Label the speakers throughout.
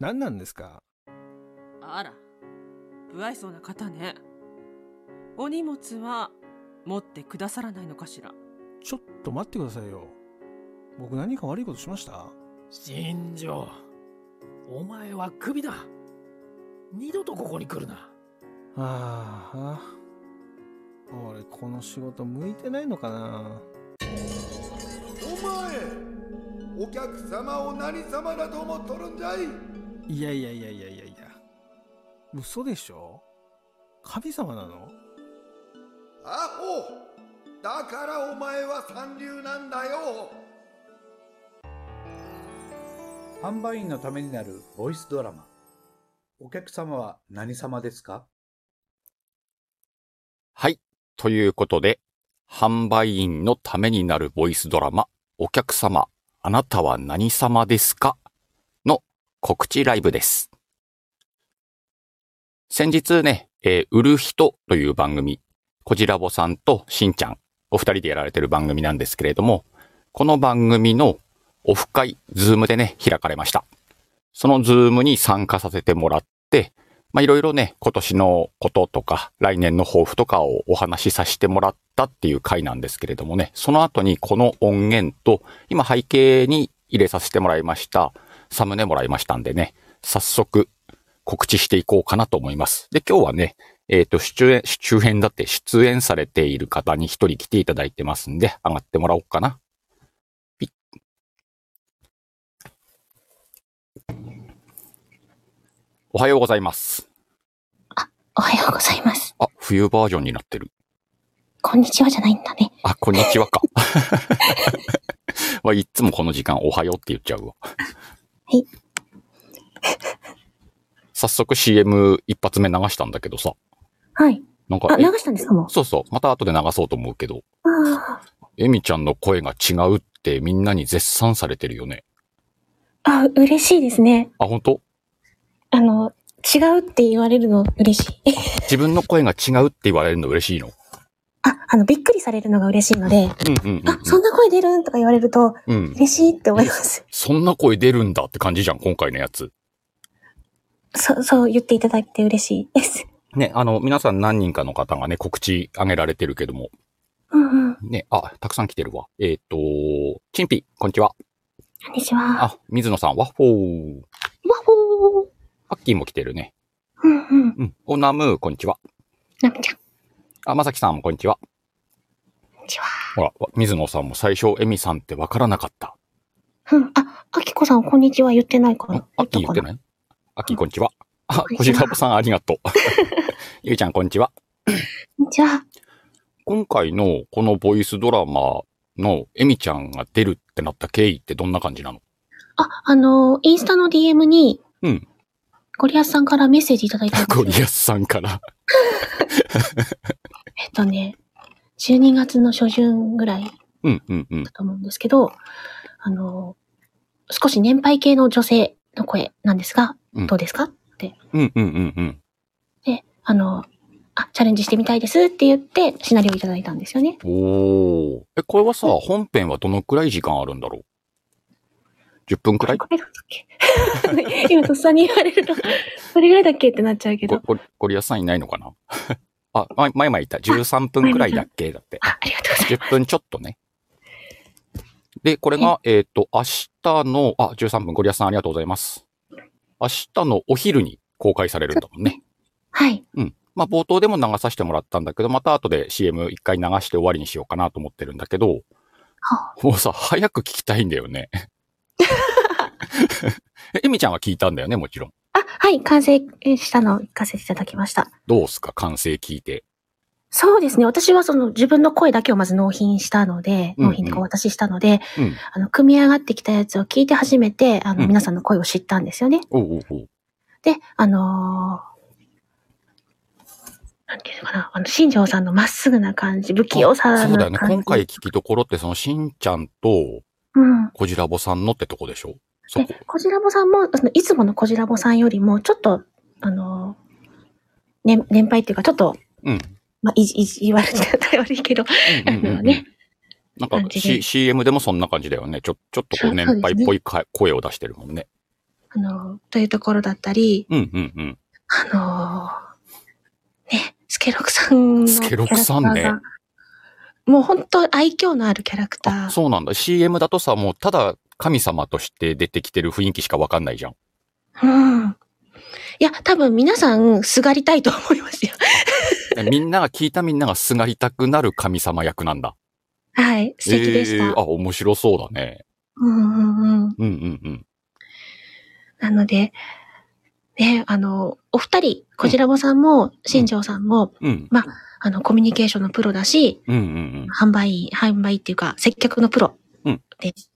Speaker 1: 何なんですか
Speaker 2: あら、不愛想な方ね。お荷物は持ってくださらないのかしら。
Speaker 1: ちょっと待ってくださいよ。僕何か悪いことしました
Speaker 3: 新庄、お前はクビだ。二度とここに来るな。
Speaker 1: ああ、俺この仕事向いてないのかな
Speaker 4: お前お客様を何様だと思っとるんじゃい
Speaker 1: いやいやいやいやいやいや。嘘でしょ神様なの
Speaker 4: アホだからお前は三流なんだよ
Speaker 5: 販売員のためになるボイスドラマ。お客様は何様ですか
Speaker 6: はい。ということで、販売員のためになるボイスドラマ、お客様、あなたは何様ですかの告知ライブです。先日ね、えー売る人という番組、こじらぼさんとしんちゃん、お二人でやられてる番組なんですけれども、この番組のオフ会、ズームでね、開かれました。そのズームに参加させてもらって、まあ、いろいろね、今年のこととか、来年の抱負とかをお話しさせてもらったっていう回なんですけれどもね、その後にこの音源と、今背景に入れさせてもらいました、サムネもらいましたんでね、早速告知していこうかなと思います。で、今日はね、えっ、と、出演、周辺だって出演されている方に一人来ていただいてますんで、上がってもらおうかな。ピッおはようございます。
Speaker 7: おはようございます。
Speaker 6: あ、冬バージョンになってる。
Speaker 7: こんにちはじゃないんだね。
Speaker 6: あ、こんにちはか。 まあ、いっつもこの時間おはようって言っちゃうわ。
Speaker 7: い
Speaker 6: 早速 CM 一発目流したんだけどさ。
Speaker 7: はい。
Speaker 6: なんか
Speaker 7: あ、、流
Speaker 6: え
Speaker 7: したんですかもう。
Speaker 6: そうそう。また後で流そうと思うけど、
Speaker 7: あ
Speaker 6: エミちゃんの声が違うってみんなに絶賛されてるよね。
Speaker 7: あ、あ、嬉しいですね。
Speaker 6: あ、本当？
Speaker 7: あの、違うって言われるの嬉しい。
Speaker 6: 自分の声が違うって言われるの嬉しいの
Speaker 7: あ、あの、びっくりされるのが嬉しいので、
Speaker 6: うんうん
Speaker 7: あ、そんな声出るんとか言われると、
Speaker 6: うん。うん。
Speaker 7: 嬉しいって思 います。
Speaker 6: そんな声出るんだって感じじゃん、今回のやつ。
Speaker 7: そう、そう言っていただいて嬉しいです。
Speaker 6: ね、あの、皆さん何人かの方がね、告知上げられてるけども、
Speaker 7: うんうん。
Speaker 6: ね、あ、たくさん来てるわ。えっ、と、チンピ、こんにちは。
Speaker 7: こんにちは。
Speaker 6: あ、水野さん、ワッフォー。
Speaker 7: わほー。
Speaker 6: パッキーも来てるね。
Speaker 7: うんうん。
Speaker 6: うん。おナムー、こんにちは。
Speaker 7: なみちゃん、
Speaker 6: あ、まさきさんもこんにちは。
Speaker 7: こんにちは。
Speaker 6: ほら、わ水野さんも最初、エミさんってわからなかった。
Speaker 7: うん。あ、あきこさんこんにちは言ってないか
Speaker 6: ん
Speaker 7: ら。
Speaker 6: アッキー言って
Speaker 7: い
Speaker 6: ないアッキー、こんにちは。あ
Speaker 7: こん、にちは
Speaker 6: こじらぼさん、ありがとう。 ゆいちゃん、こんにちは。
Speaker 7: こんにちは。
Speaker 6: 今回のこのボイスドラマのエミちゃんが出るってなった経緯ってどんな感じ なの
Speaker 7: あ、あの、インスタの DM に、
Speaker 6: うん。
Speaker 7: ゴリアスさんからメッセージいただいたんです
Speaker 6: ゴ
Speaker 7: よ。
Speaker 6: リアスさんから。
Speaker 7: えっとね、12月の初旬ぐらい
Speaker 6: うん、うん、うん
Speaker 7: だ。と思うんですけど、あの、少し年配系の女性の声なんですが、
Speaker 6: うん
Speaker 7: どうですかって。
Speaker 6: うん、うん、うん、うん。
Speaker 7: で、あの、あ、チャレンジしてみたいですって言って、シナリオいただいたんですよね。
Speaker 6: おー。え、これはさ、本編はどのくらい時間あるんだろう ?10 分くらい
Speaker 7: これだったっ け今とっさに言われると、それぐらいだっけってなっちゃうけ
Speaker 6: ご
Speaker 7: ど。
Speaker 6: ごゴリアスさんいないのかな あ、ま、前々言った。13分くらいだっけだって。
Speaker 7: あ、ありがとうございます。
Speaker 6: 10分ちょっとね。で、これが、えっ、と、明日の、あ、13分、ゴリアスさんありがとうございます。明日のお昼に公開されるんだもんね。
Speaker 7: はい。
Speaker 6: うん。まあ、冒頭でも流させてもらったんだけど、また後で CM 一回流して終わりにしようかなと思ってるんだけど、
Speaker 7: は
Speaker 6: もうさ、早く聞きたいんだよね。 えエミちゃんは聞いたんだよね、もちろん。
Speaker 7: あ、はい、完成したのを聞かせていただきました。
Speaker 6: どうすか、完成聞いて。
Speaker 7: そうですね。私はその自分の声だけをまず納品したので、
Speaker 6: うんうん
Speaker 7: 納品とかお渡ししたので、
Speaker 6: うん
Speaker 7: あの、組み上がってきたやつを聞いて初めて、あ
Speaker 6: う
Speaker 7: の、
Speaker 6: ん
Speaker 7: 皆さんの声を知ったんですよね。
Speaker 6: おうおうおう。
Speaker 7: で、あのーなんていうのかな、あの、新庄さんのまっすぐな感じ、不器用さな
Speaker 6: そ
Speaker 7: 感じ。
Speaker 6: うだよね。今回聞きどころって、その、しんちゃんと、
Speaker 7: うん。
Speaker 6: こじらぼさんのってとこでしょそ
Speaker 7: で
Speaker 6: こ。、
Speaker 7: こじらぼさんも、その、いつものこじらぼさんよりも、ちょっと、あのーね、年配っていうか、ちょっと、
Speaker 6: うん。
Speaker 7: まあ、いじ、いじ、言われてたら悪いけど、
Speaker 6: うんうんうんうん
Speaker 7: ね
Speaker 6: なん
Speaker 7: 感
Speaker 6: か、
Speaker 7: じで
Speaker 6: C、CM でもそんな感じだよね。ちょ、ちょっとこ
Speaker 7: そう
Speaker 6: う、年配っぽいか声を出してるもんね。
Speaker 7: あの、というところだったり、
Speaker 6: うんうんうん。
Speaker 7: あの、ね、スケロクさんのキ
Speaker 6: スケ
Speaker 7: ャ
Speaker 6: ロ
Speaker 7: ラク
Speaker 6: ク
Speaker 7: タ
Speaker 6: さん
Speaker 7: ー
Speaker 6: ね
Speaker 7: が、もう本当愛嬌のあるキャラク
Speaker 6: あ、
Speaker 7: ター。
Speaker 6: そうなんだ。CM だとさ、もうただ神様として出てきてる雰囲気しかわかんない じゃん。
Speaker 7: うん。いや、多分皆さん、すがりたいと思いますよ。
Speaker 6: で みんなが聞いたみんながすがりたくなる神様役なんだ。
Speaker 7: はい、素敵でした。
Speaker 6: えーあ、面白そうだね。
Speaker 7: うんうんう
Speaker 6: う
Speaker 7: ん。
Speaker 6: んうんうん。
Speaker 7: なので、ね、あの、お二人、こちらぼさんも、新庄さんも、
Speaker 6: うん。
Speaker 7: あの、コミュニケーションのプロだし、
Speaker 6: うんうん
Speaker 7: 販売、販売っていうか、接客のプロ
Speaker 6: うん
Speaker 7: です。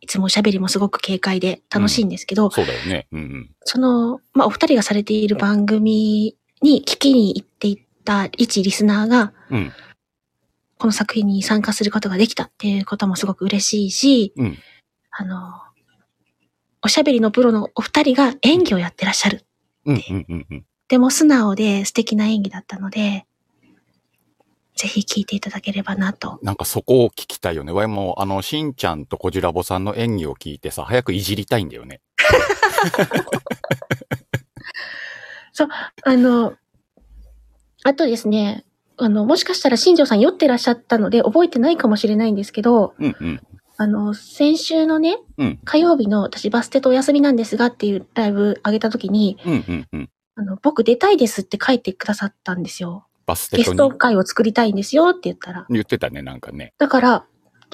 Speaker 7: いつもおしゃべりもすごく軽快で楽しいんですけど、
Speaker 6: うん。そうだよね。うんうん。
Speaker 7: その、まあ、お二人がされている番組に聞きに行っていった一リスナーが、
Speaker 6: うん
Speaker 7: この作品に参加することができたっていうこともすごく嬉しいし、
Speaker 6: うん
Speaker 7: あの、おしゃべりのプロのお二人が演技をやってらっしゃる。
Speaker 6: うんうんうんうん。
Speaker 7: でも素直で素敵な演技だったので、ぜひ聞いていただければなと。
Speaker 6: なんかそこを聞きたいよね。わいも、あの、しんちゃんとこじらぼさんの演技を聞いてさ、早くいじりたいんだよね。
Speaker 7: あの、あとですね、あの、もしかしたら新庄さん酔ってらっしゃったので覚えてないかもしれないんですけど、
Speaker 6: うんうん。
Speaker 7: あの、先週のね、
Speaker 6: うん
Speaker 7: 火曜日の私バステとお休みなんですがっていうライブ上げた時に、
Speaker 6: うんうんうん。
Speaker 7: あの、僕出たいですって書いてくださったんですよ。
Speaker 6: バステ
Speaker 7: ゲ
Speaker 6: ット
Speaker 7: スト
Speaker 6: に
Speaker 7: 会を作りたいんですよって言ったら。
Speaker 6: 言ってたね、なんかね。
Speaker 7: だから、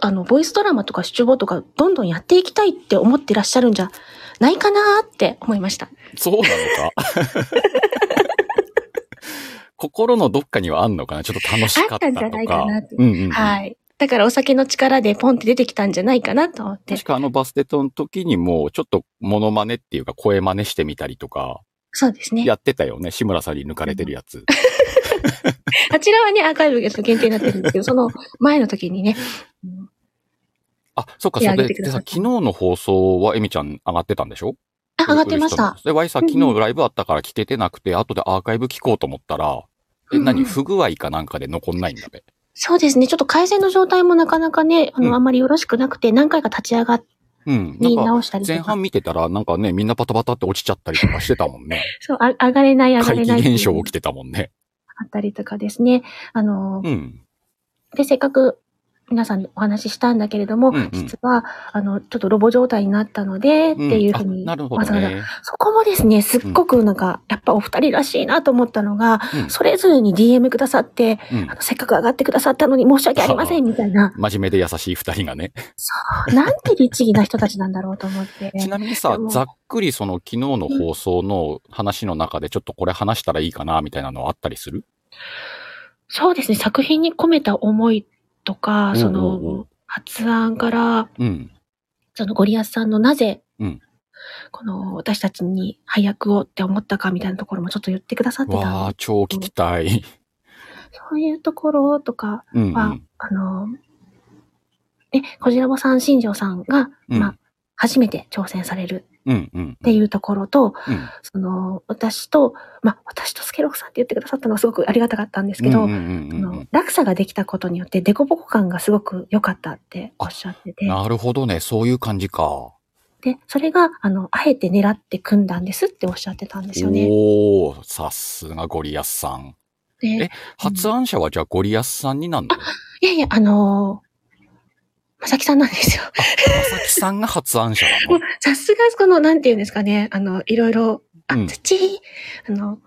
Speaker 7: あの、ボイスドラマとか出張とかどんどんやっていきたいって思ってらっしゃるんじゃないかなーって思いました。
Speaker 6: そうなのか。 心のどっかにはあんのかなちょっと楽しかった
Speaker 7: あったんじゃ
Speaker 6: と
Speaker 7: ない
Speaker 6: か
Speaker 7: かなって。
Speaker 6: うんうんうん
Speaker 7: はい。だからお酒の力でポンって出てきたんじゃないかなと思って
Speaker 6: 確。かあのバステットの時にもうちょっとモノマネっていうか声真似してみたりとか、
Speaker 7: そうですね。
Speaker 6: やってたよね。志村さんに抜かれてるやつ。
Speaker 7: あちらはね、アーカイブ限定になってるんですけど、その前の時にね、
Speaker 6: あ、そっか、
Speaker 7: いや
Speaker 6: それ
Speaker 7: 上
Speaker 6: で
Speaker 7: げてく
Speaker 6: で
Speaker 7: だ
Speaker 6: さ
Speaker 7: さい、
Speaker 6: 昨日の放送はエミちゃん上がってたんでしょ
Speaker 7: あ、上がってました。。
Speaker 6: で、Y さん、
Speaker 7: うんう
Speaker 6: 昨
Speaker 7: ん
Speaker 6: 日ライブあったから聞けてなくて、後でアーカイブ聞こうと思ったら、え、
Speaker 7: うんうん
Speaker 6: 何不具合かなんかで残んないんだべ。
Speaker 7: そうですね。ちょっと回線の状態もなかなかね、あの、
Speaker 6: うん
Speaker 7: あんまりよろしくなくて、何回か立ち上がっ
Speaker 6: うん。な
Speaker 7: て
Speaker 6: んか、
Speaker 7: 直したりと
Speaker 6: 前
Speaker 7: か。
Speaker 6: 半見てたら、なんかね、みんなバタバタって落ちちゃったりとかしてたもん ね。
Speaker 7: そう、あ上がれない、上が
Speaker 6: 怪
Speaker 7: れない。
Speaker 6: 奇現象起きてたもんね。
Speaker 7: あったりとかですね。あの、
Speaker 6: うん。
Speaker 7: で、せっかく皆さんにお話ししたんだけれども、
Speaker 6: うんうん
Speaker 7: 実は、あの、ちょっとロボ状態になったので、っていうふうに、
Speaker 6: んあなるほ
Speaker 7: わざ
Speaker 6: ど
Speaker 7: わざ
Speaker 6: ね。
Speaker 7: そこもですね、すっごくなんか、やっぱお二人らしいなと思ったのが、
Speaker 6: うん
Speaker 7: それぞれに DM くださって、
Speaker 6: うん。
Speaker 7: あ。のせっかく上がってくださったのに申し訳ありません、みたいな
Speaker 6: 真面目で優しい二人が ね。
Speaker 7: なんて律儀な人たちなんだろうと 思って。
Speaker 6: ちなみにさ
Speaker 7: で、も
Speaker 6: ざっくりその昨日の放送の話の中でちょっとこれ話したらいいかな、みたいなのはあったりする
Speaker 7: そうですね、作品に込めた思いとか、その、
Speaker 6: うんうんう
Speaker 7: 発案から、
Speaker 6: うん。
Speaker 7: そのゴリアスさんのなぜ、
Speaker 6: うん
Speaker 7: この私たちに配役をって思ったかみたいなところもちょっと言ってくださってた
Speaker 6: わ
Speaker 7: の
Speaker 6: あ
Speaker 7: で、
Speaker 6: 超聞きたい。
Speaker 7: そういうところとか、
Speaker 6: うん、うん。
Speaker 7: は、あの、で、こじらぼさん、新庄さんが、
Speaker 6: うん
Speaker 7: まあ、初めて挑戦される
Speaker 6: うん、うん。
Speaker 7: っていうところと、
Speaker 6: うん
Speaker 7: その、私と、まあ、私とスケロクさんって言ってくださったのはすごくありがたかったんですけど、
Speaker 6: うんうんうん
Speaker 7: あ
Speaker 6: うんう
Speaker 7: の
Speaker 6: ん
Speaker 7: 落差ができたことによって、デコボコ感がすごく良かったっておっしゃってて、
Speaker 6: なるほどね。そういう感じか。
Speaker 7: で、それが、あの、あえて狙って組んだんですっておっしゃってたんですよね。
Speaker 6: おー、さすがゴリアスさん。
Speaker 7: で、
Speaker 6: え発案者はじゃあゴリアスさんになんの、
Speaker 7: いやいや、あのーまさきさんなんですよ。
Speaker 6: まさきさんが発案者な
Speaker 7: もう
Speaker 6: の
Speaker 7: さすが、この、なんていうんですかね、あの、いろいろ、あ、
Speaker 6: うん
Speaker 7: 土、あの、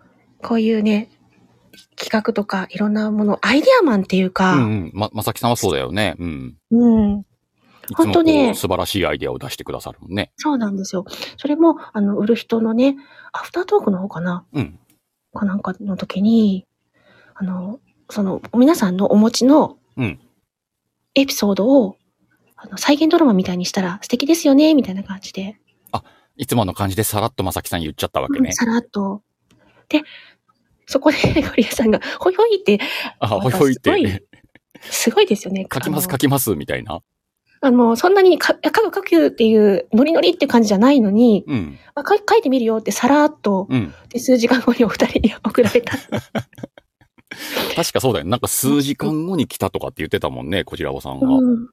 Speaker 7: こういうね、企画とか、いろんなもの、アイデアマンっていう
Speaker 6: う
Speaker 7: か、
Speaker 6: んうん。ま、まさきさんはそうだよね。うん。
Speaker 7: うん、
Speaker 6: いつも
Speaker 7: 本
Speaker 6: こ
Speaker 7: 当
Speaker 6: う
Speaker 7: ね
Speaker 6: 素晴らしいアイデアを出してくださるもんね。
Speaker 7: そうなんですよ。それも、あの、売る人のね、アフタートークの方かな
Speaker 6: うん。
Speaker 7: かなんかの時に、あの、その、皆さんのお持ちの
Speaker 6: うん、
Speaker 7: エピソードを、あの、再現ドラマみたいにしたら素敵ですよね、みたいな感じで、
Speaker 6: いつもの感じでさらっとまさきさん言っちゃったわけね。
Speaker 7: さらっと。で、そこで ゴリアさんが、ほいほいって、
Speaker 6: あ、ほいほいっ
Speaker 7: なんか
Speaker 6: て。
Speaker 7: すごいですよね。
Speaker 6: 書きます
Speaker 7: あの
Speaker 6: 書きますみたいな。
Speaker 7: あの、そんなにか、かくかくっていう、ノリノリっていう感じじゃないのに、
Speaker 6: うん。
Speaker 7: あか書いてみるよってさらっと、
Speaker 6: うん。
Speaker 7: で、数時間後にお二人に送られ た。
Speaker 6: 確かそうだよね。なんか数時間後に来たとかって言ってたもんね、こちらおさんが。
Speaker 7: うん。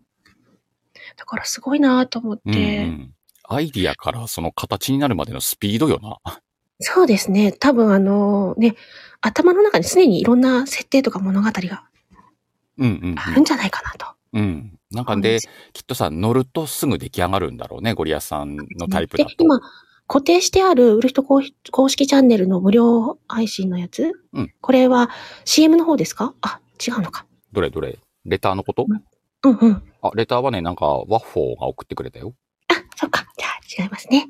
Speaker 7: だからすごいなと思って、
Speaker 6: うんうんアイディアからその形になるまでのスピードよな。
Speaker 7: そうですね。多分あのね、頭の中に常にいろんな設定とか物語が
Speaker 6: うん
Speaker 7: あるんじゃないかなと。
Speaker 6: うんうん。うん。なんかで、きっとさ、乗るとすぐ出来上がるんだろうね、ゴリアスさんのタイプだ
Speaker 7: で
Speaker 6: と。
Speaker 7: 今、固定してあるウルヒト公公式チャンネルの無料配信のやつ、
Speaker 6: うん
Speaker 7: これは CM の方ですかあ、違うのか。
Speaker 6: どれどれレターのこと
Speaker 7: うんうん。
Speaker 6: あ、レターはね、なんか、ワッフォーが送ってくれたよ。
Speaker 7: あ、そっか。じゃあ違いますね。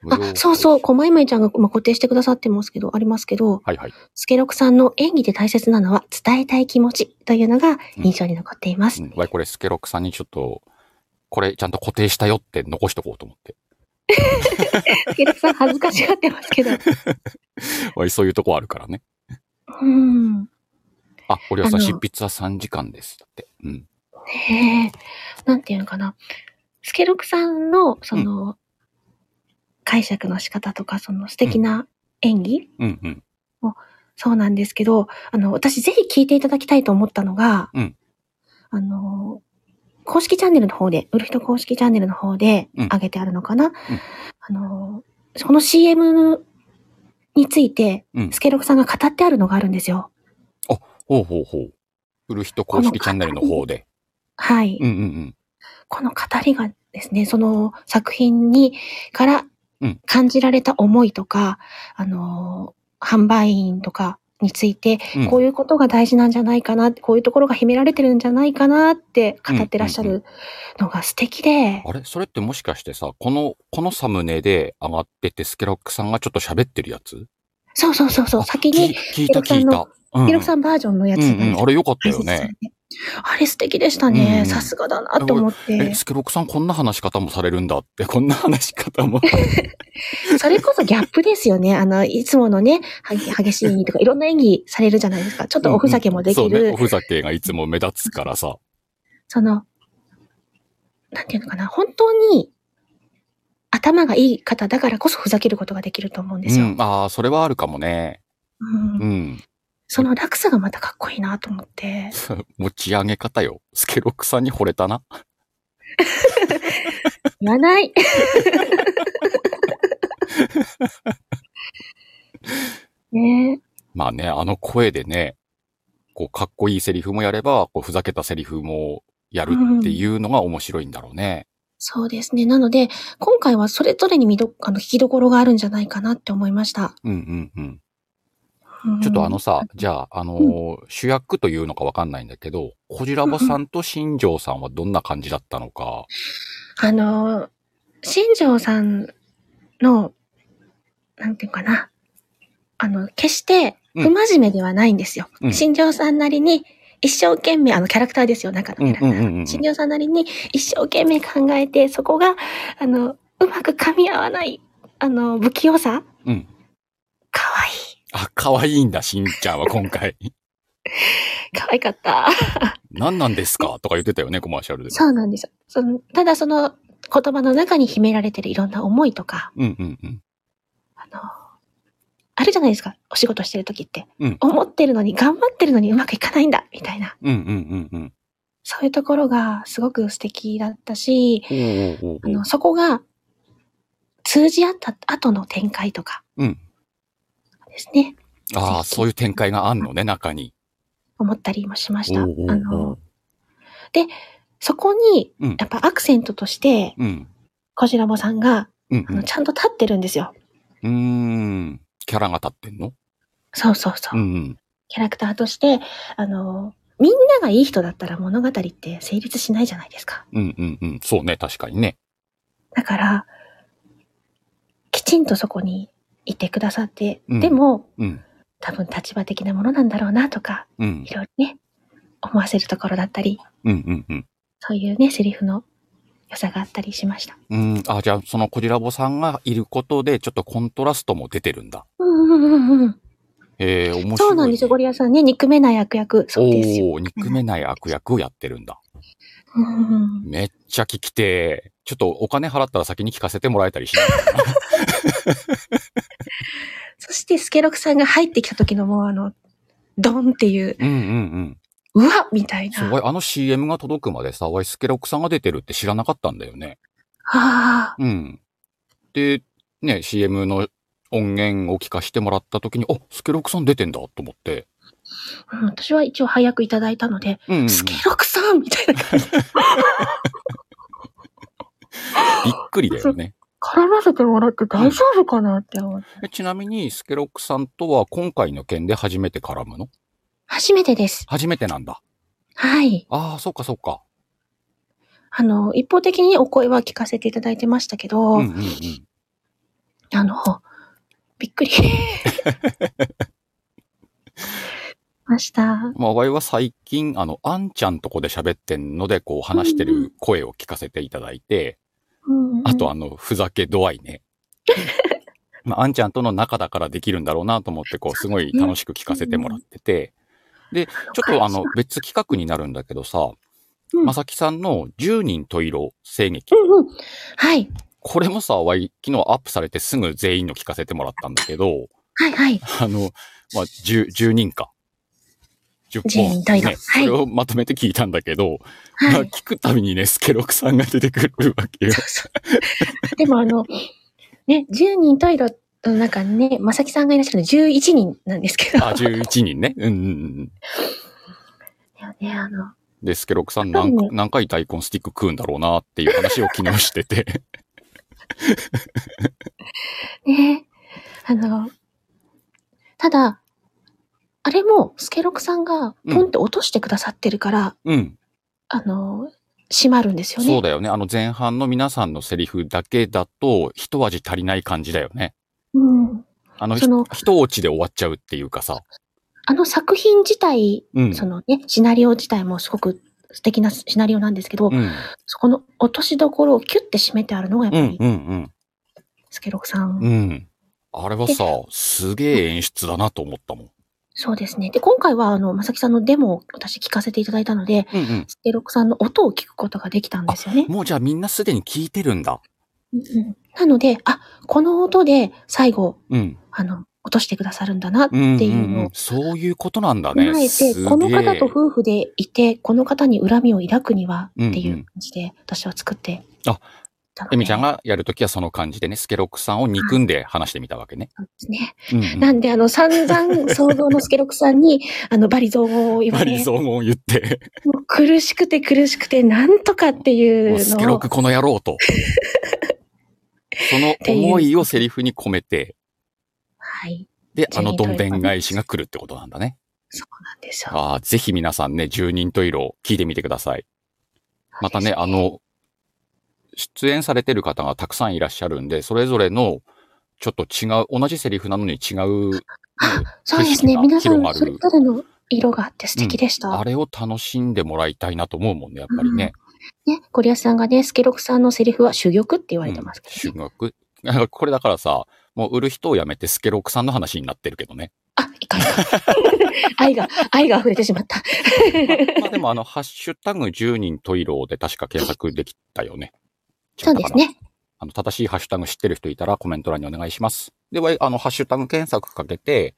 Speaker 6: 無料
Speaker 7: あ、そうそう。こまいまいちゃんが今固定してくださってますけど、ありますけど、
Speaker 6: はいはい。
Speaker 7: スケロクさんの演技で大切なのは伝えたい気持ちというのが印象に残っています。
Speaker 6: うん、わい、これ、スケロクさんにちょっと、これちゃんと固定したよって残しとこうと思って。
Speaker 7: スケロクさん恥ずかしがってますけど。
Speaker 6: わい、そういうとこあるからね。
Speaker 7: うん。
Speaker 6: あ、ゴリアスさん、
Speaker 7: あの
Speaker 6: 執筆は3時間です。だって。うん。
Speaker 7: へえ、なんていうのかな。スケロクさんの、その、解釈の仕方とか、その素敵な演技、
Speaker 6: うんうん。
Speaker 7: そうなんですけど、あの、私ぜひ聞いていただきたいと思ったのが、
Speaker 6: うん
Speaker 7: あの、公式チャンネルの方で、ウルフィト公式チャンネルの方で
Speaker 6: うん
Speaker 7: 上げてあるのかな、あの、この CM について、
Speaker 6: うん
Speaker 7: スケロクさんが語ってあるのがあるんですよ。
Speaker 6: ほうほうほう。売る人公式チャンネルの方で。
Speaker 7: はい。
Speaker 6: うんうんうん。
Speaker 7: この語りがですね、その作品に、から
Speaker 6: うん
Speaker 7: 感じられた思いとか、あのー、販売員とかについて、
Speaker 6: うん
Speaker 7: こういうことが大事なんじゃないかな、こういうところが秘められてるんじゃないかなって語ってらっしゃ
Speaker 6: うんう
Speaker 7: るのが素敵で、
Speaker 6: あれそれってもしかしてさ、この、このサムネで上がってて、スケロクさんがちょっと喋ってるやつ
Speaker 7: そうそうそうそう、
Speaker 6: あ
Speaker 7: 先
Speaker 6: 聞い
Speaker 7: に、
Speaker 6: 聞いた聞いた。う
Speaker 7: ヒロキさんバージョンのやつ
Speaker 6: う
Speaker 7: が
Speaker 6: んうん、あれよかったよ
Speaker 7: 解説さ
Speaker 6: ね
Speaker 7: れ。てあれ素敵でしたね。
Speaker 6: うんうん
Speaker 7: さすがだなと思っ
Speaker 6: え、
Speaker 7: て。
Speaker 6: スケロクさんこんな話し方もされるんだって、こんな話し方 も。
Speaker 7: それこそギャップですよね。あの、いつものね、は激しい演技とかいろんな演技されるじゃないですか。ちょっとおふざけもできる。
Speaker 6: そうね、おふざけがいつも目立つからさ。
Speaker 7: その、なんていうのかな、本当に頭がいい方だからこそふざけることができると思うんで
Speaker 6: う
Speaker 7: すよ。
Speaker 6: ん、ああ、それはあるかもね。
Speaker 7: うん
Speaker 6: うん。
Speaker 7: その落差がまたかっこいいなと 思って。
Speaker 6: 持ち上げ方よ。スケロクさんに惚れたな。
Speaker 7: 言 わない。ね
Speaker 6: まあね、あの声でね、こう、かっこいいセリフもやれば、こう、ふざけたセリフもやるっていうのが面白いんだろうね。
Speaker 7: そうですね。なので、今回はそれぞれに見ど、あの、聞きどころがあるんじゃないかなって思いました。
Speaker 6: うんうんうん。
Speaker 7: うん
Speaker 6: ちょっとあのさ、じゃあ、あのー主役というのかわかんないんだけど、コジラボさんと新庄さんはどんな感じだったのか。
Speaker 7: あの、新庄さんの、なんていうかな。あの、決して、
Speaker 6: うん
Speaker 7: 不真面目ではないんですよ。
Speaker 6: うん
Speaker 7: 新庄さんなりに、一生懸命、あの、キャラクターですよ、中のキャラクター。
Speaker 6: うんうんうんうん
Speaker 7: 新庄さんなりに、一生懸命考えて、そこが、あの、うまく噛み合わない、あの、不器用さ
Speaker 6: うん。
Speaker 7: かわい
Speaker 6: あ、可愛いんだ、しんちゃんは今回。
Speaker 7: い。かわいかった。
Speaker 6: 何なんですかとか言ってたよね、コマーシャルで。
Speaker 7: そうなんですよ。そのただ、その、言葉の中に秘められてるいろんな思いとか、
Speaker 6: うんうんうん。
Speaker 7: あの、あるじゃないですか、お仕事してる時って。
Speaker 6: うん
Speaker 7: 思ってるのに、頑張ってるのにうまくいかないんだ、みたいな。
Speaker 6: うんうんうんうん。
Speaker 7: そういうところがすごく素敵だったし、
Speaker 6: おーおーおー
Speaker 7: あ
Speaker 6: おー
Speaker 7: のそこが通じ合った後の展開とか
Speaker 6: うん。
Speaker 7: ですね、
Speaker 6: ああ、そういう展開があんのね、中に。
Speaker 7: 思ったりもしまし
Speaker 6: お
Speaker 7: た。
Speaker 6: ー
Speaker 7: あ
Speaker 6: おーおー
Speaker 7: の、そこに
Speaker 6: うん、
Speaker 7: やっぱアクセントとして、
Speaker 6: うん。
Speaker 7: コジラボさんが、
Speaker 6: うん
Speaker 7: あのちゃんと立ってるんですよ。
Speaker 6: うん。うーん。キャラが立ってんの
Speaker 7: そうそうそうう。
Speaker 6: んうん。
Speaker 7: キャラクターとして、あの、みんながいい人だったら物語って成立しないじゃないですか。
Speaker 6: うんうんうん。そうね、確かにね。
Speaker 7: だから、きちんとそこにいてくださって、
Speaker 6: うん
Speaker 7: でも、
Speaker 6: うん。
Speaker 7: 多分立場的なものなんだろうなとか、
Speaker 6: うん
Speaker 7: い。ろいろね、思わせるところだったり、
Speaker 6: うんうんうん。
Speaker 7: そういうね、セリフの良さがあったりしました。
Speaker 6: うん、あ、じゃあ、そのコジラボさんがいることで、ちょっとコントラストも出てるんだ。
Speaker 7: うんうんうんうん。
Speaker 6: ええ面白いね、
Speaker 7: そうなんですよ、ゴリアさんね、憎めない悪役、そうですよ。
Speaker 6: おおー憎めない悪役をやってるんだ。
Speaker 7: うんうんうん
Speaker 6: めっちゃ聞きてえ、ちょっとお金払ったら先に聞かせてもらえたりしない
Speaker 7: そして、スケロクさんが入ってきた時のもうあの、ドンっていう、
Speaker 6: うんうんうん。
Speaker 7: うわっみたい
Speaker 6: そう
Speaker 7: な。
Speaker 6: わい、あの CM が届くまでさ、わい、スケロクさんが出てるって知らなかったんだよね。
Speaker 7: ああ、
Speaker 6: うん。で、ね、CM の音源を聞かしてもらった時に、あ、スケロクさん出てんだと思って。
Speaker 7: うん私は一応配役いただいたので、
Speaker 6: うんうんうん、び
Speaker 7: スケロクさんみたいな感じ。
Speaker 6: っくりだよ ね。
Speaker 7: 絡ませてもらって大丈夫かなって思って。
Speaker 6: えちなみに、スケロクさんとは今回の件で初めて絡むの
Speaker 7: 初めてです。
Speaker 6: 初めてなんだ。
Speaker 7: はい。
Speaker 6: ああ、そうかそうか。
Speaker 7: あの、一方的にお声は聞かせていただいてましたけど、
Speaker 6: うんうんうん。
Speaker 7: あの、びっくり。ました。
Speaker 6: まあ、わいは最近、あの、あんちゃんとこで喋ってんので、こう話してる声を聞かせていただいて、
Speaker 7: うんうん
Speaker 6: あとあの、ふざけ度合いね。 まあ、あんちゃんとの仲だからできるんだろうなと思って、こう、すごい楽しく聞かせてもらってて。で、ちょっとあの、別企画になるんだけどさ、
Speaker 7: うん
Speaker 6: まさきさんの10人十色声劇。
Speaker 7: うんうん。はい。
Speaker 6: これもさ、わい、昨日アップされてすぐ全員の聞かせてもらったんだけど、
Speaker 7: はいはい。
Speaker 6: あの、まあ、10、10人か。10
Speaker 7: 10人十色
Speaker 6: ね。そ
Speaker 7: はい
Speaker 6: れをまとめて聞いたんだけど、ま
Speaker 7: は
Speaker 6: あ、
Speaker 7: い。
Speaker 6: 聞くたびにね、スケロクさんが出てくるわ けよ。
Speaker 7: でもあの、ね、10人トイレの中にね、まさきさんがいらっしゃるの11人なんですけど。
Speaker 6: あ、11人ね。うんうんうん。
Speaker 7: ね、あの、
Speaker 6: で、スケロクさん何
Speaker 7: うん
Speaker 6: 何回大根スティック食うんだろうなっていう話を昨日してて。
Speaker 7: ね、あの、ただ、あれも、スケロクさんが、ポンって落としてくださってるから、
Speaker 6: うん。
Speaker 7: あの、閉まるんですよね。
Speaker 6: そうだよね。あの前半の皆さんのセリフだけだと、一味足りない感じだよね。
Speaker 7: うん。
Speaker 6: あの、ひ
Speaker 7: その
Speaker 6: 一落ちで終わっちゃうっていうかさ。
Speaker 7: あの作品自体、
Speaker 6: うん。
Speaker 7: そのね、シナリオ自体もすごく素敵なシナリオなんですけど、
Speaker 6: うん。
Speaker 7: そこの落としどころをキュッて締めてあるのがやっ
Speaker 6: う
Speaker 7: ぱ
Speaker 6: ん
Speaker 7: り、
Speaker 6: うん
Speaker 7: スケロクさん。
Speaker 6: うん。うん。あれはさ、すげえ演出だなと思ったもん。
Speaker 7: そうですね。で、今回は、あの、まさきさんのデモを私聞かせていただいたので、
Speaker 6: うんうん。
Speaker 7: スケロクさんの音を聞くことができたんですよね。
Speaker 6: もうじゃあみんなすでに聞いてるんだ。
Speaker 7: うんうんなので、あ、この音で最後、
Speaker 6: うん。
Speaker 7: あの、落としてくださるんだなって
Speaker 6: うん、うんう
Speaker 7: いうの
Speaker 6: ん
Speaker 7: を。
Speaker 6: そういうことなんだ
Speaker 7: 踏ま
Speaker 6: ね。
Speaker 7: えて、
Speaker 6: すげえ
Speaker 7: この方と夫婦でいて、この方に恨みを抱くにはっていう
Speaker 6: うんうん
Speaker 7: 感じで、私は作って
Speaker 6: あ
Speaker 7: たので。
Speaker 6: エミちゃんがやるときはその感じでね、スケロクさんを憎んで話してみたわけね。
Speaker 7: そうですね。
Speaker 6: うんうん
Speaker 7: なんで、あの、散々、想像のスケロクさん に、あの、バリ雑言を言わ
Speaker 6: バリ
Speaker 7: れ、
Speaker 6: 雑言を言って、
Speaker 7: もう苦しくて苦しくて、なんとかってい
Speaker 6: もう
Speaker 7: う
Speaker 6: スケロ
Speaker 7: のを
Speaker 6: ク、この野郎と。そ の思いをセリフに込めて、
Speaker 7: はい、
Speaker 6: で、
Speaker 7: 十
Speaker 6: あ
Speaker 7: 人
Speaker 6: のどんでん
Speaker 7: 十色
Speaker 6: 返しが来るってことなんだね。
Speaker 7: なんですよ。
Speaker 6: ああ、ぜひ皆さんね、十人十色聞いてみてください。またね、あの、出演されてる方がたくさんいらっしゃるんで、それぞれの、ちょっと違う、同じセリフなのに違う、ね
Speaker 7: そうですね。
Speaker 6: 景色が
Speaker 7: 皆さ
Speaker 6: 広
Speaker 7: ん
Speaker 6: が、る
Speaker 7: それぞれの色があって素敵でした。
Speaker 6: あれを楽しんでもらいたいなと思うもんね、やっぱりね。
Speaker 7: ね、ゴリアスさんがね、スケロクさんのセリフは珠玉って言われてますけど、
Speaker 6: 修
Speaker 7: ね
Speaker 6: 学。これだからさ、もう売る人をやめてスケロクさんの話になってるけどね。
Speaker 7: あ、いかんいかん。 愛が、愛が溢れてしまった。
Speaker 6: まあ でもあの、ハッシュタグ10人トイロで確か検索できたよね。
Speaker 7: そうで
Speaker 6: 違
Speaker 7: す
Speaker 6: ったかな。
Speaker 7: ね。
Speaker 6: あの、正しいハッシュタグ知ってる人いたらコメント欄にお願いします。で、わいあの、ハッシュタグ検索かけて、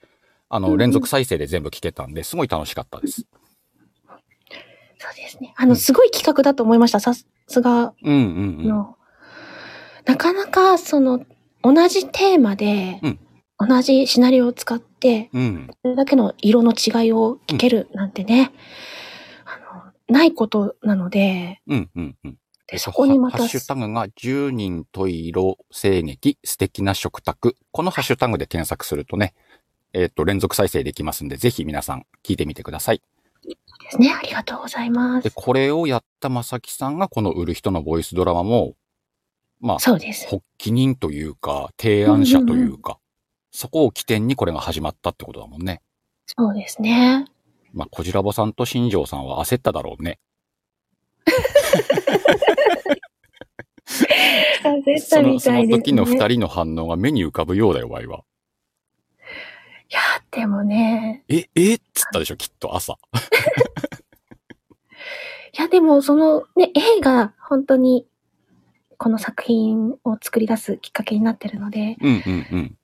Speaker 6: あ
Speaker 7: うんう
Speaker 6: の、
Speaker 7: ん
Speaker 6: 連続再生で全部聞けたんで、すごい楽しかったです。
Speaker 7: そうですね。あの、すごい企画だと思いました。さすが
Speaker 6: うんうんうん。
Speaker 7: の。なかなか、その、同じテーマで、
Speaker 6: うん
Speaker 7: 同じシナリオを使って、
Speaker 6: うん。
Speaker 7: それだけの色の違いを聞けるなんてね、あの、ないことなので、
Speaker 6: うんうんうん。
Speaker 7: で、そこにま
Speaker 6: ハ
Speaker 7: た
Speaker 6: ッ、シュタグが10人トイロ声劇素敵な食卓。このハッシュタグで検索するとね、えっ、と、連続再生できますんで、ぜひ皆さん聞いてみてください。
Speaker 7: ですね。ありがとうございま
Speaker 6: で、
Speaker 7: す。
Speaker 6: これをやったまさきさんがこの売る人のボイスドラマも、まあ、
Speaker 7: そうです。
Speaker 6: 発起人というか、提案者というか、そこを起点にこれが始まったってことだもんね。
Speaker 7: そうで すね。
Speaker 6: まあ、こじらぼさんと新庄さんは焦っただろうね。
Speaker 7: 絶
Speaker 6: そ
Speaker 7: 対
Speaker 6: の、
Speaker 7: み
Speaker 6: そ
Speaker 7: た
Speaker 6: の
Speaker 7: いです、ね。
Speaker 6: 時の二人の反応が目に浮かぶようだよ、わいは。
Speaker 7: いや、でもね、
Speaker 6: え、えっつったでしょ、きっと朝。
Speaker 7: いや、でもそのね、A が本当にこの作品を作り出すきっかけになってるので、
Speaker 6: うんうんうん。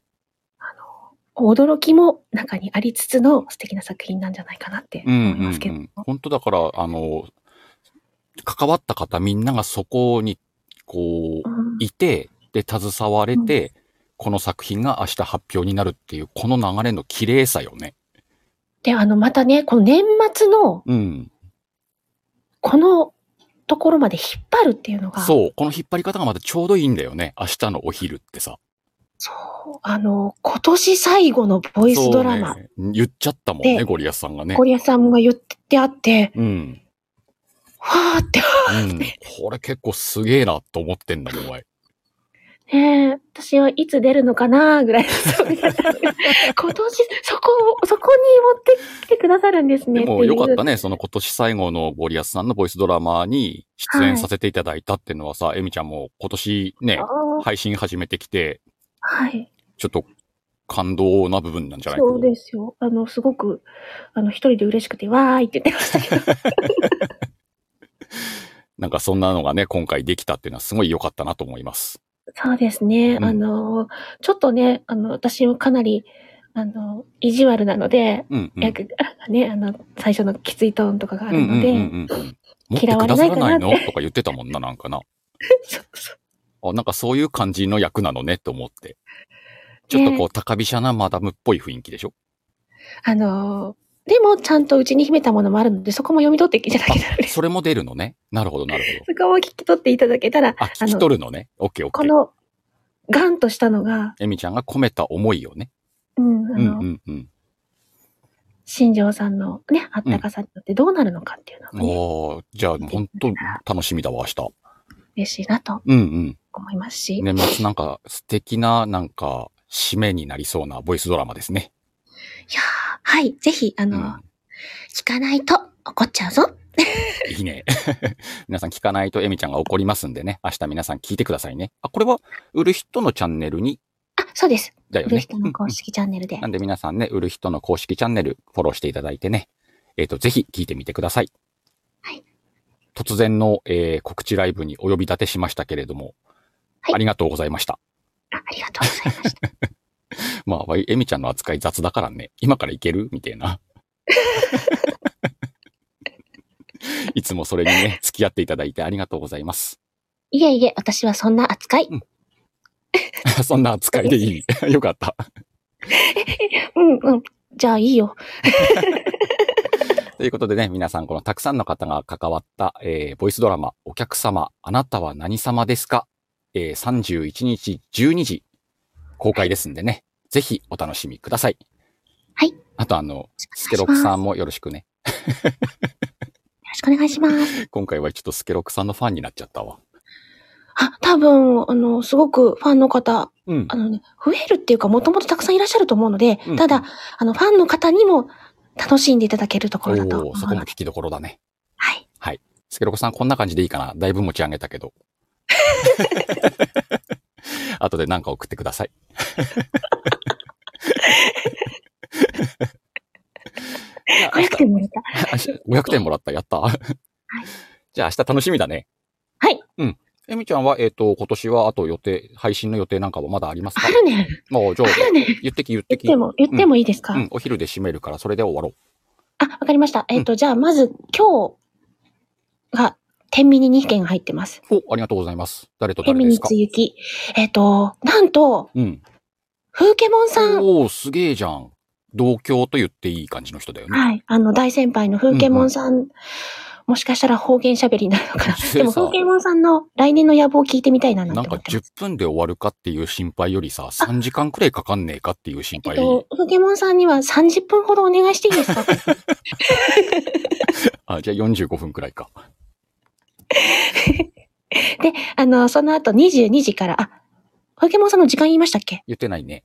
Speaker 7: 驚きも中にありつつの素敵な作品なんじゃないかなって
Speaker 6: うん
Speaker 7: 思いますけ
Speaker 6: う
Speaker 7: ど。
Speaker 6: んうん、本当だから、あの、関わった方みんながそこに、こう、いて、で、携われて、この作品が明日発表になるっていう、この流れの綺麗さよね。
Speaker 7: で、あの、またね、この年末の、
Speaker 6: うん。
Speaker 7: このところまで引っ張るっていうのが、
Speaker 6: そう。この引っ張り方がまたちょうどいいんだよね。明日のお昼ってさ。
Speaker 7: あの、今年最後のボイスドラマ、
Speaker 6: そうね言っちゃったもんね、
Speaker 7: で
Speaker 6: ゴリアスさんがね
Speaker 7: ゴ。リアさんが言ってあって、
Speaker 6: うん。
Speaker 7: わーって、
Speaker 6: うん。これ結構すげえなと思ってんだもん、お前。
Speaker 7: ねえ、私はいつ出るのかなぐらい のそう今年、そこを、そこに持ってきてくださるんです
Speaker 6: で
Speaker 7: ねっていう。
Speaker 6: もよかったね、その今年最後のゴリアスさんのボイスドラマに出演させていただいたっていうのはさ、エミちゃんも今年ね
Speaker 7: あ、ー。
Speaker 6: 配信始めてきて、
Speaker 7: はい。
Speaker 6: ちょっと感動な部分なんじゃない
Speaker 7: そうですよ。あの、すごく、あの、一人で嬉しくて、わーいって言ってましたけど。
Speaker 6: なんかそんなのがね、今回できたっていうのはすごい良かったなと思います。
Speaker 7: そうですね。
Speaker 6: うん
Speaker 7: あの、ちょっとね、あの、私もかなり、あの、意地悪なので、
Speaker 6: うん、うん。
Speaker 7: 役が ね、あの、最初のきついトーンとかがあるので、
Speaker 6: うんうんうんうん持って
Speaker 7: 嫌わ
Speaker 6: くだ
Speaker 7: れな
Speaker 6: さ
Speaker 7: い
Speaker 6: ら
Speaker 7: か
Speaker 6: な
Speaker 7: ないって
Speaker 6: のとか言ってたもんな、なんかな。
Speaker 7: そうそう
Speaker 6: あ、なんかそういう感じの役なのね、と思って。ちょっとこ
Speaker 7: ね
Speaker 6: う、高飛車なマダムっぽい雰囲気でしょ
Speaker 7: あの、でも、ちゃんとうちに秘めたものもあるので、そこも読み取っていただけたら嬉しい。
Speaker 6: それも出るのね。なるほど、なるほ
Speaker 7: そこも聞き取っていただけたら、
Speaker 6: ど。あ、聞き取るのね。オッケーオッ
Speaker 7: こ
Speaker 6: ケー。
Speaker 7: の、ガンとしたのが、
Speaker 6: エミちゃんが込めた思いをね。
Speaker 7: うん、あ
Speaker 6: うんう
Speaker 7: の、
Speaker 6: んうん。
Speaker 7: 新庄さんのね、あったかさによってどうなるのかっていうのがね、
Speaker 6: おー、じゃあ本当楽しみだわ、明日。
Speaker 7: 嬉しいなと
Speaker 6: うんうん。
Speaker 7: 思いますし、
Speaker 6: 年末なんか素敵な、なんか、締めになりそうなボイスドラマですね。
Speaker 7: いやーはい、ぜひ、あ
Speaker 6: う
Speaker 7: の、
Speaker 6: ん。
Speaker 7: 聞かないと怒っちゃうぞ。
Speaker 6: いいね。 皆さん聞かないとエミちゃんが怒りますんでね。明日皆さん聞いてくださいね。あ、これは、売る人のチャンネルに、
Speaker 7: あ、そうです。
Speaker 6: だよ
Speaker 7: ブル
Speaker 6: ね
Speaker 7: ヒ。トの公式チャンネルで
Speaker 6: うん。なんで皆さんね、売る人の公式チャンネルフォローしていただいてね。えっ、と、ぜひ聞いてみてください。
Speaker 7: はい。
Speaker 6: 突然の、えー告知ライブにお呼び立てしましたけれども、
Speaker 7: はい
Speaker 6: ありがとうございました。
Speaker 7: あありがとうございました。
Speaker 6: まあ、わいエミちゃんの扱い雑だからね、今からいけるみたい な。いつもそれにね、付き合っていただいてありがとうございます。
Speaker 7: いえいえ、私はそんな扱い。
Speaker 6: そんな扱いでい い。よかった。
Speaker 7: うんうん。じゃあいいよ。
Speaker 6: ということでね、皆さん、このたくさんの方が関わった、えーボイスドラマ、お客様、あなたは何様ですかえー、31日12時、公開ですんでね、ぜひお楽しみください。
Speaker 7: はい。
Speaker 6: あと、あの、スケ
Speaker 7: お
Speaker 6: ロ
Speaker 7: 願い
Speaker 6: ク
Speaker 7: します。よ
Speaker 6: さんもよろしくね。
Speaker 7: ろしくお願いします。
Speaker 6: 今回はちょっとスケロクさんのファンになっちゃったわ。
Speaker 7: あ、多分、あの、すごくファンの方、
Speaker 6: うん
Speaker 7: あ。のね、増えるっていうか、もともとたくさんいらっしゃると思うので、
Speaker 6: うん
Speaker 7: ただ、あの、ファンの方にも楽しんでいただけると
Speaker 6: お
Speaker 7: ころだと思う
Speaker 6: ー、そこも
Speaker 7: ので。
Speaker 6: 聞きどころだね。
Speaker 7: はい。
Speaker 6: スケロクさん、こんな感じでいいかなだいぶ持ち上げたけど。 後で何か送ってください。じゃあ明日
Speaker 7: 500点もらった。
Speaker 6: 明日500点もらった。やった。じゃあ明日楽しみだね。
Speaker 7: はい。
Speaker 6: うん。えみちゃんは、えっ、と、今年はあと予定、配信の予定なんかはまだありますか
Speaker 7: あるね。
Speaker 6: もう、じゃあ
Speaker 7: あ、るね。
Speaker 6: 言ってき、言って
Speaker 7: 言っ
Speaker 6: き。
Speaker 7: ても、言ってもいいですか、
Speaker 6: うん、お昼で締めるから、それで終わろ
Speaker 7: あ、わかりました。えっ、と、じゃあ、まず、今日が、天秤に2件入ってます。
Speaker 6: う。お、ありがとうございます。誰と
Speaker 7: 天
Speaker 6: 誰
Speaker 7: 秤
Speaker 6: で
Speaker 7: に
Speaker 6: すか
Speaker 7: つゆき。えっ、と、なんと、
Speaker 6: うん。
Speaker 7: 風景門さん。
Speaker 6: おー、すげえじゃん。同郷と言っていい感じの人だよね。
Speaker 7: はい。あの、大先輩の風景門さん。もしかしたら方言喋りになるの かな。
Speaker 6: せい
Speaker 7: でも、
Speaker 6: さ
Speaker 7: 風景門さんの来年の野望を聞いてみたいなな
Speaker 6: なんん
Speaker 7: て
Speaker 6: か
Speaker 7: 思ってま
Speaker 6: 10
Speaker 7: す。
Speaker 6: 分で終わるかっていう心配よりさ、3時間くらいかかんねえかっていう心配。
Speaker 7: えっと、風景門さんには30分ほどお願いしていいですか
Speaker 6: あ、じゃあ45分くらいか。
Speaker 7: で、あの、その後22時から、あ、風景門さんの時間言いましたっけ
Speaker 6: 言ってないね。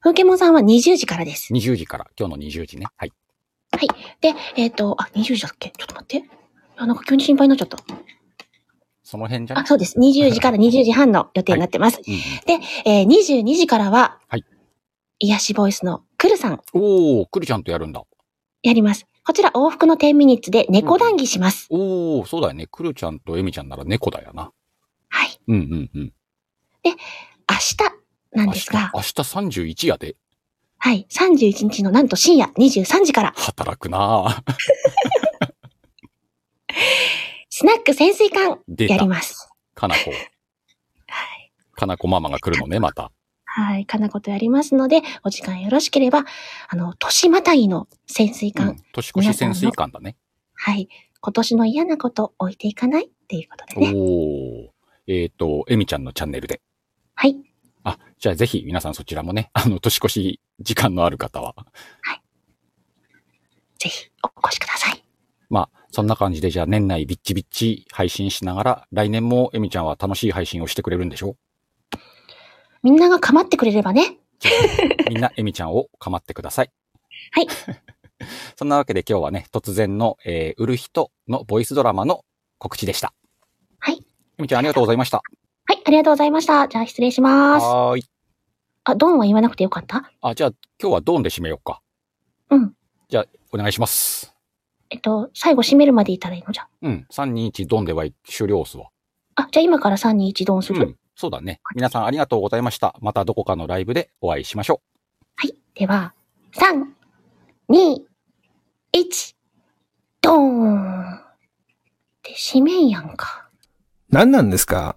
Speaker 7: 風景門さんは20時からです。
Speaker 6: 20時から、今日の20時ね。はい。
Speaker 7: で、えっ、と、あ、20時だっけちょっと待って。あ、なんか急に心配になっちゃった。
Speaker 6: その辺じゃな
Speaker 7: あ、
Speaker 6: い
Speaker 7: そうです。20時から20時半の予定になってます。
Speaker 6: うんうん
Speaker 7: えー、22時からは、
Speaker 6: はい
Speaker 7: 癒しボイスのくるさん
Speaker 6: おー、くるちゃんとやるんだ。
Speaker 7: やります。こちら往復の10ミニッツで猫談義します。
Speaker 6: おー、そうだよね。くるちゃんとえみちゃんなら猫だよな。
Speaker 7: はい。
Speaker 6: うんうんうん。
Speaker 7: 明日なん
Speaker 6: 明
Speaker 7: です
Speaker 6: 日、
Speaker 7: が、
Speaker 6: 明日31やで。
Speaker 7: はい。31日のなんと深夜23時から、
Speaker 6: 働くなぁ。
Speaker 7: スナック潜水艦
Speaker 6: 出
Speaker 7: や
Speaker 6: た
Speaker 7: り。ます。
Speaker 6: かなこ。
Speaker 7: はい。
Speaker 6: かなこママが来るのね、また。
Speaker 7: はい、かなことやりますので、お時間よろしければ、あの、年またぎの潜水
Speaker 6: う
Speaker 7: 艦、
Speaker 6: ん。年越し潜水艦だね。
Speaker 7: はい、今年の嫌なこと置いていかないっていうことで
Speaker 6: お
Speaker 7: ね。
Speaker 6: ー。えっ、と、えみちゃんのチャンネルで。
Speaker 7: はい、
Speaker 6: あ、じゃあぜひ皆さんそちらもね、 あの、年越し時間のある方は。
Speaker 7: ぜひお越しください。
Speaker 6: まあ、そんな感じで、じゃあ年内ビッチビッチ配信しながら、来年もえみちゃんは楽しい配信をしてくれるんでしょ
Speaker 7: みんなが構ってくれればね。
Speaker 6: じゃあみ んなえみちゃんを構ってください。
Speaker 7: はい。
Speaker 6: そんなわけで今日はね、突然の、えー、売る人のボイスドラマの告知でした。
Speaker 7: はい。
Speaker 6: えみちゃんありがとうございました。
Speaker 7: はい、ありがとうございました。じゃあ失礼します。
Speaker 6: はーい。
Speaker 7: あ、ドンは言わなくてよかった
Speaker 6: あ、じゃあ今日はドーンで締めようか。
Speaker 7: うん。
Speaker 6: じゃあお願いします。
Speaker 7: えっと、最後締めるまでいたらいいのじゃ。
Speaker 6: うん。321ドンでは終了っすわ。
Speaker 7: あ、じゃあ今から3、2、1ドンする、
Speaker 6: うん。そうだね。皆さんありがとうございました。またどこかのライブでお会いしましょう。
Speaker 7: はい。では、3、2、1、ドーンって締めんやんか。
Speaker 1: 何なんですか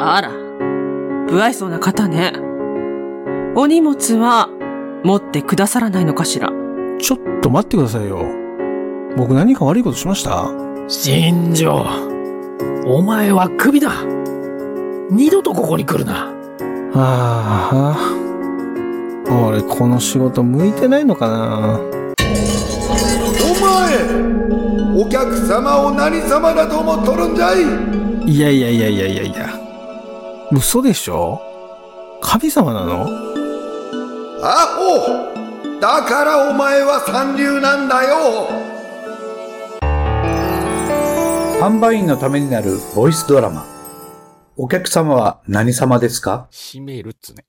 Speaker 2: あら、不愛想な方ね。お荷物は持ってくださらないのかしら。
Speaker 1: ちょっと待ってくださいよ。僕何か悪いことしました
Speaker 3: 新庄、お前はクビだ。二度とここに来るな。
Speaker 1: ああ、俺この仕事向いてないのかな
Speaker 4: お前お客様を何様だと思っとるんじゃい
Speaker 1: いやいやいやいやいやいや。嘘でしょ神様なの
Speaker 4: アホだからお前は三流なんだよ
Speaker 5: 販売員のためになるボイスドラマ。お客様は何様ですか
Speaker 6: 閉めるっつね。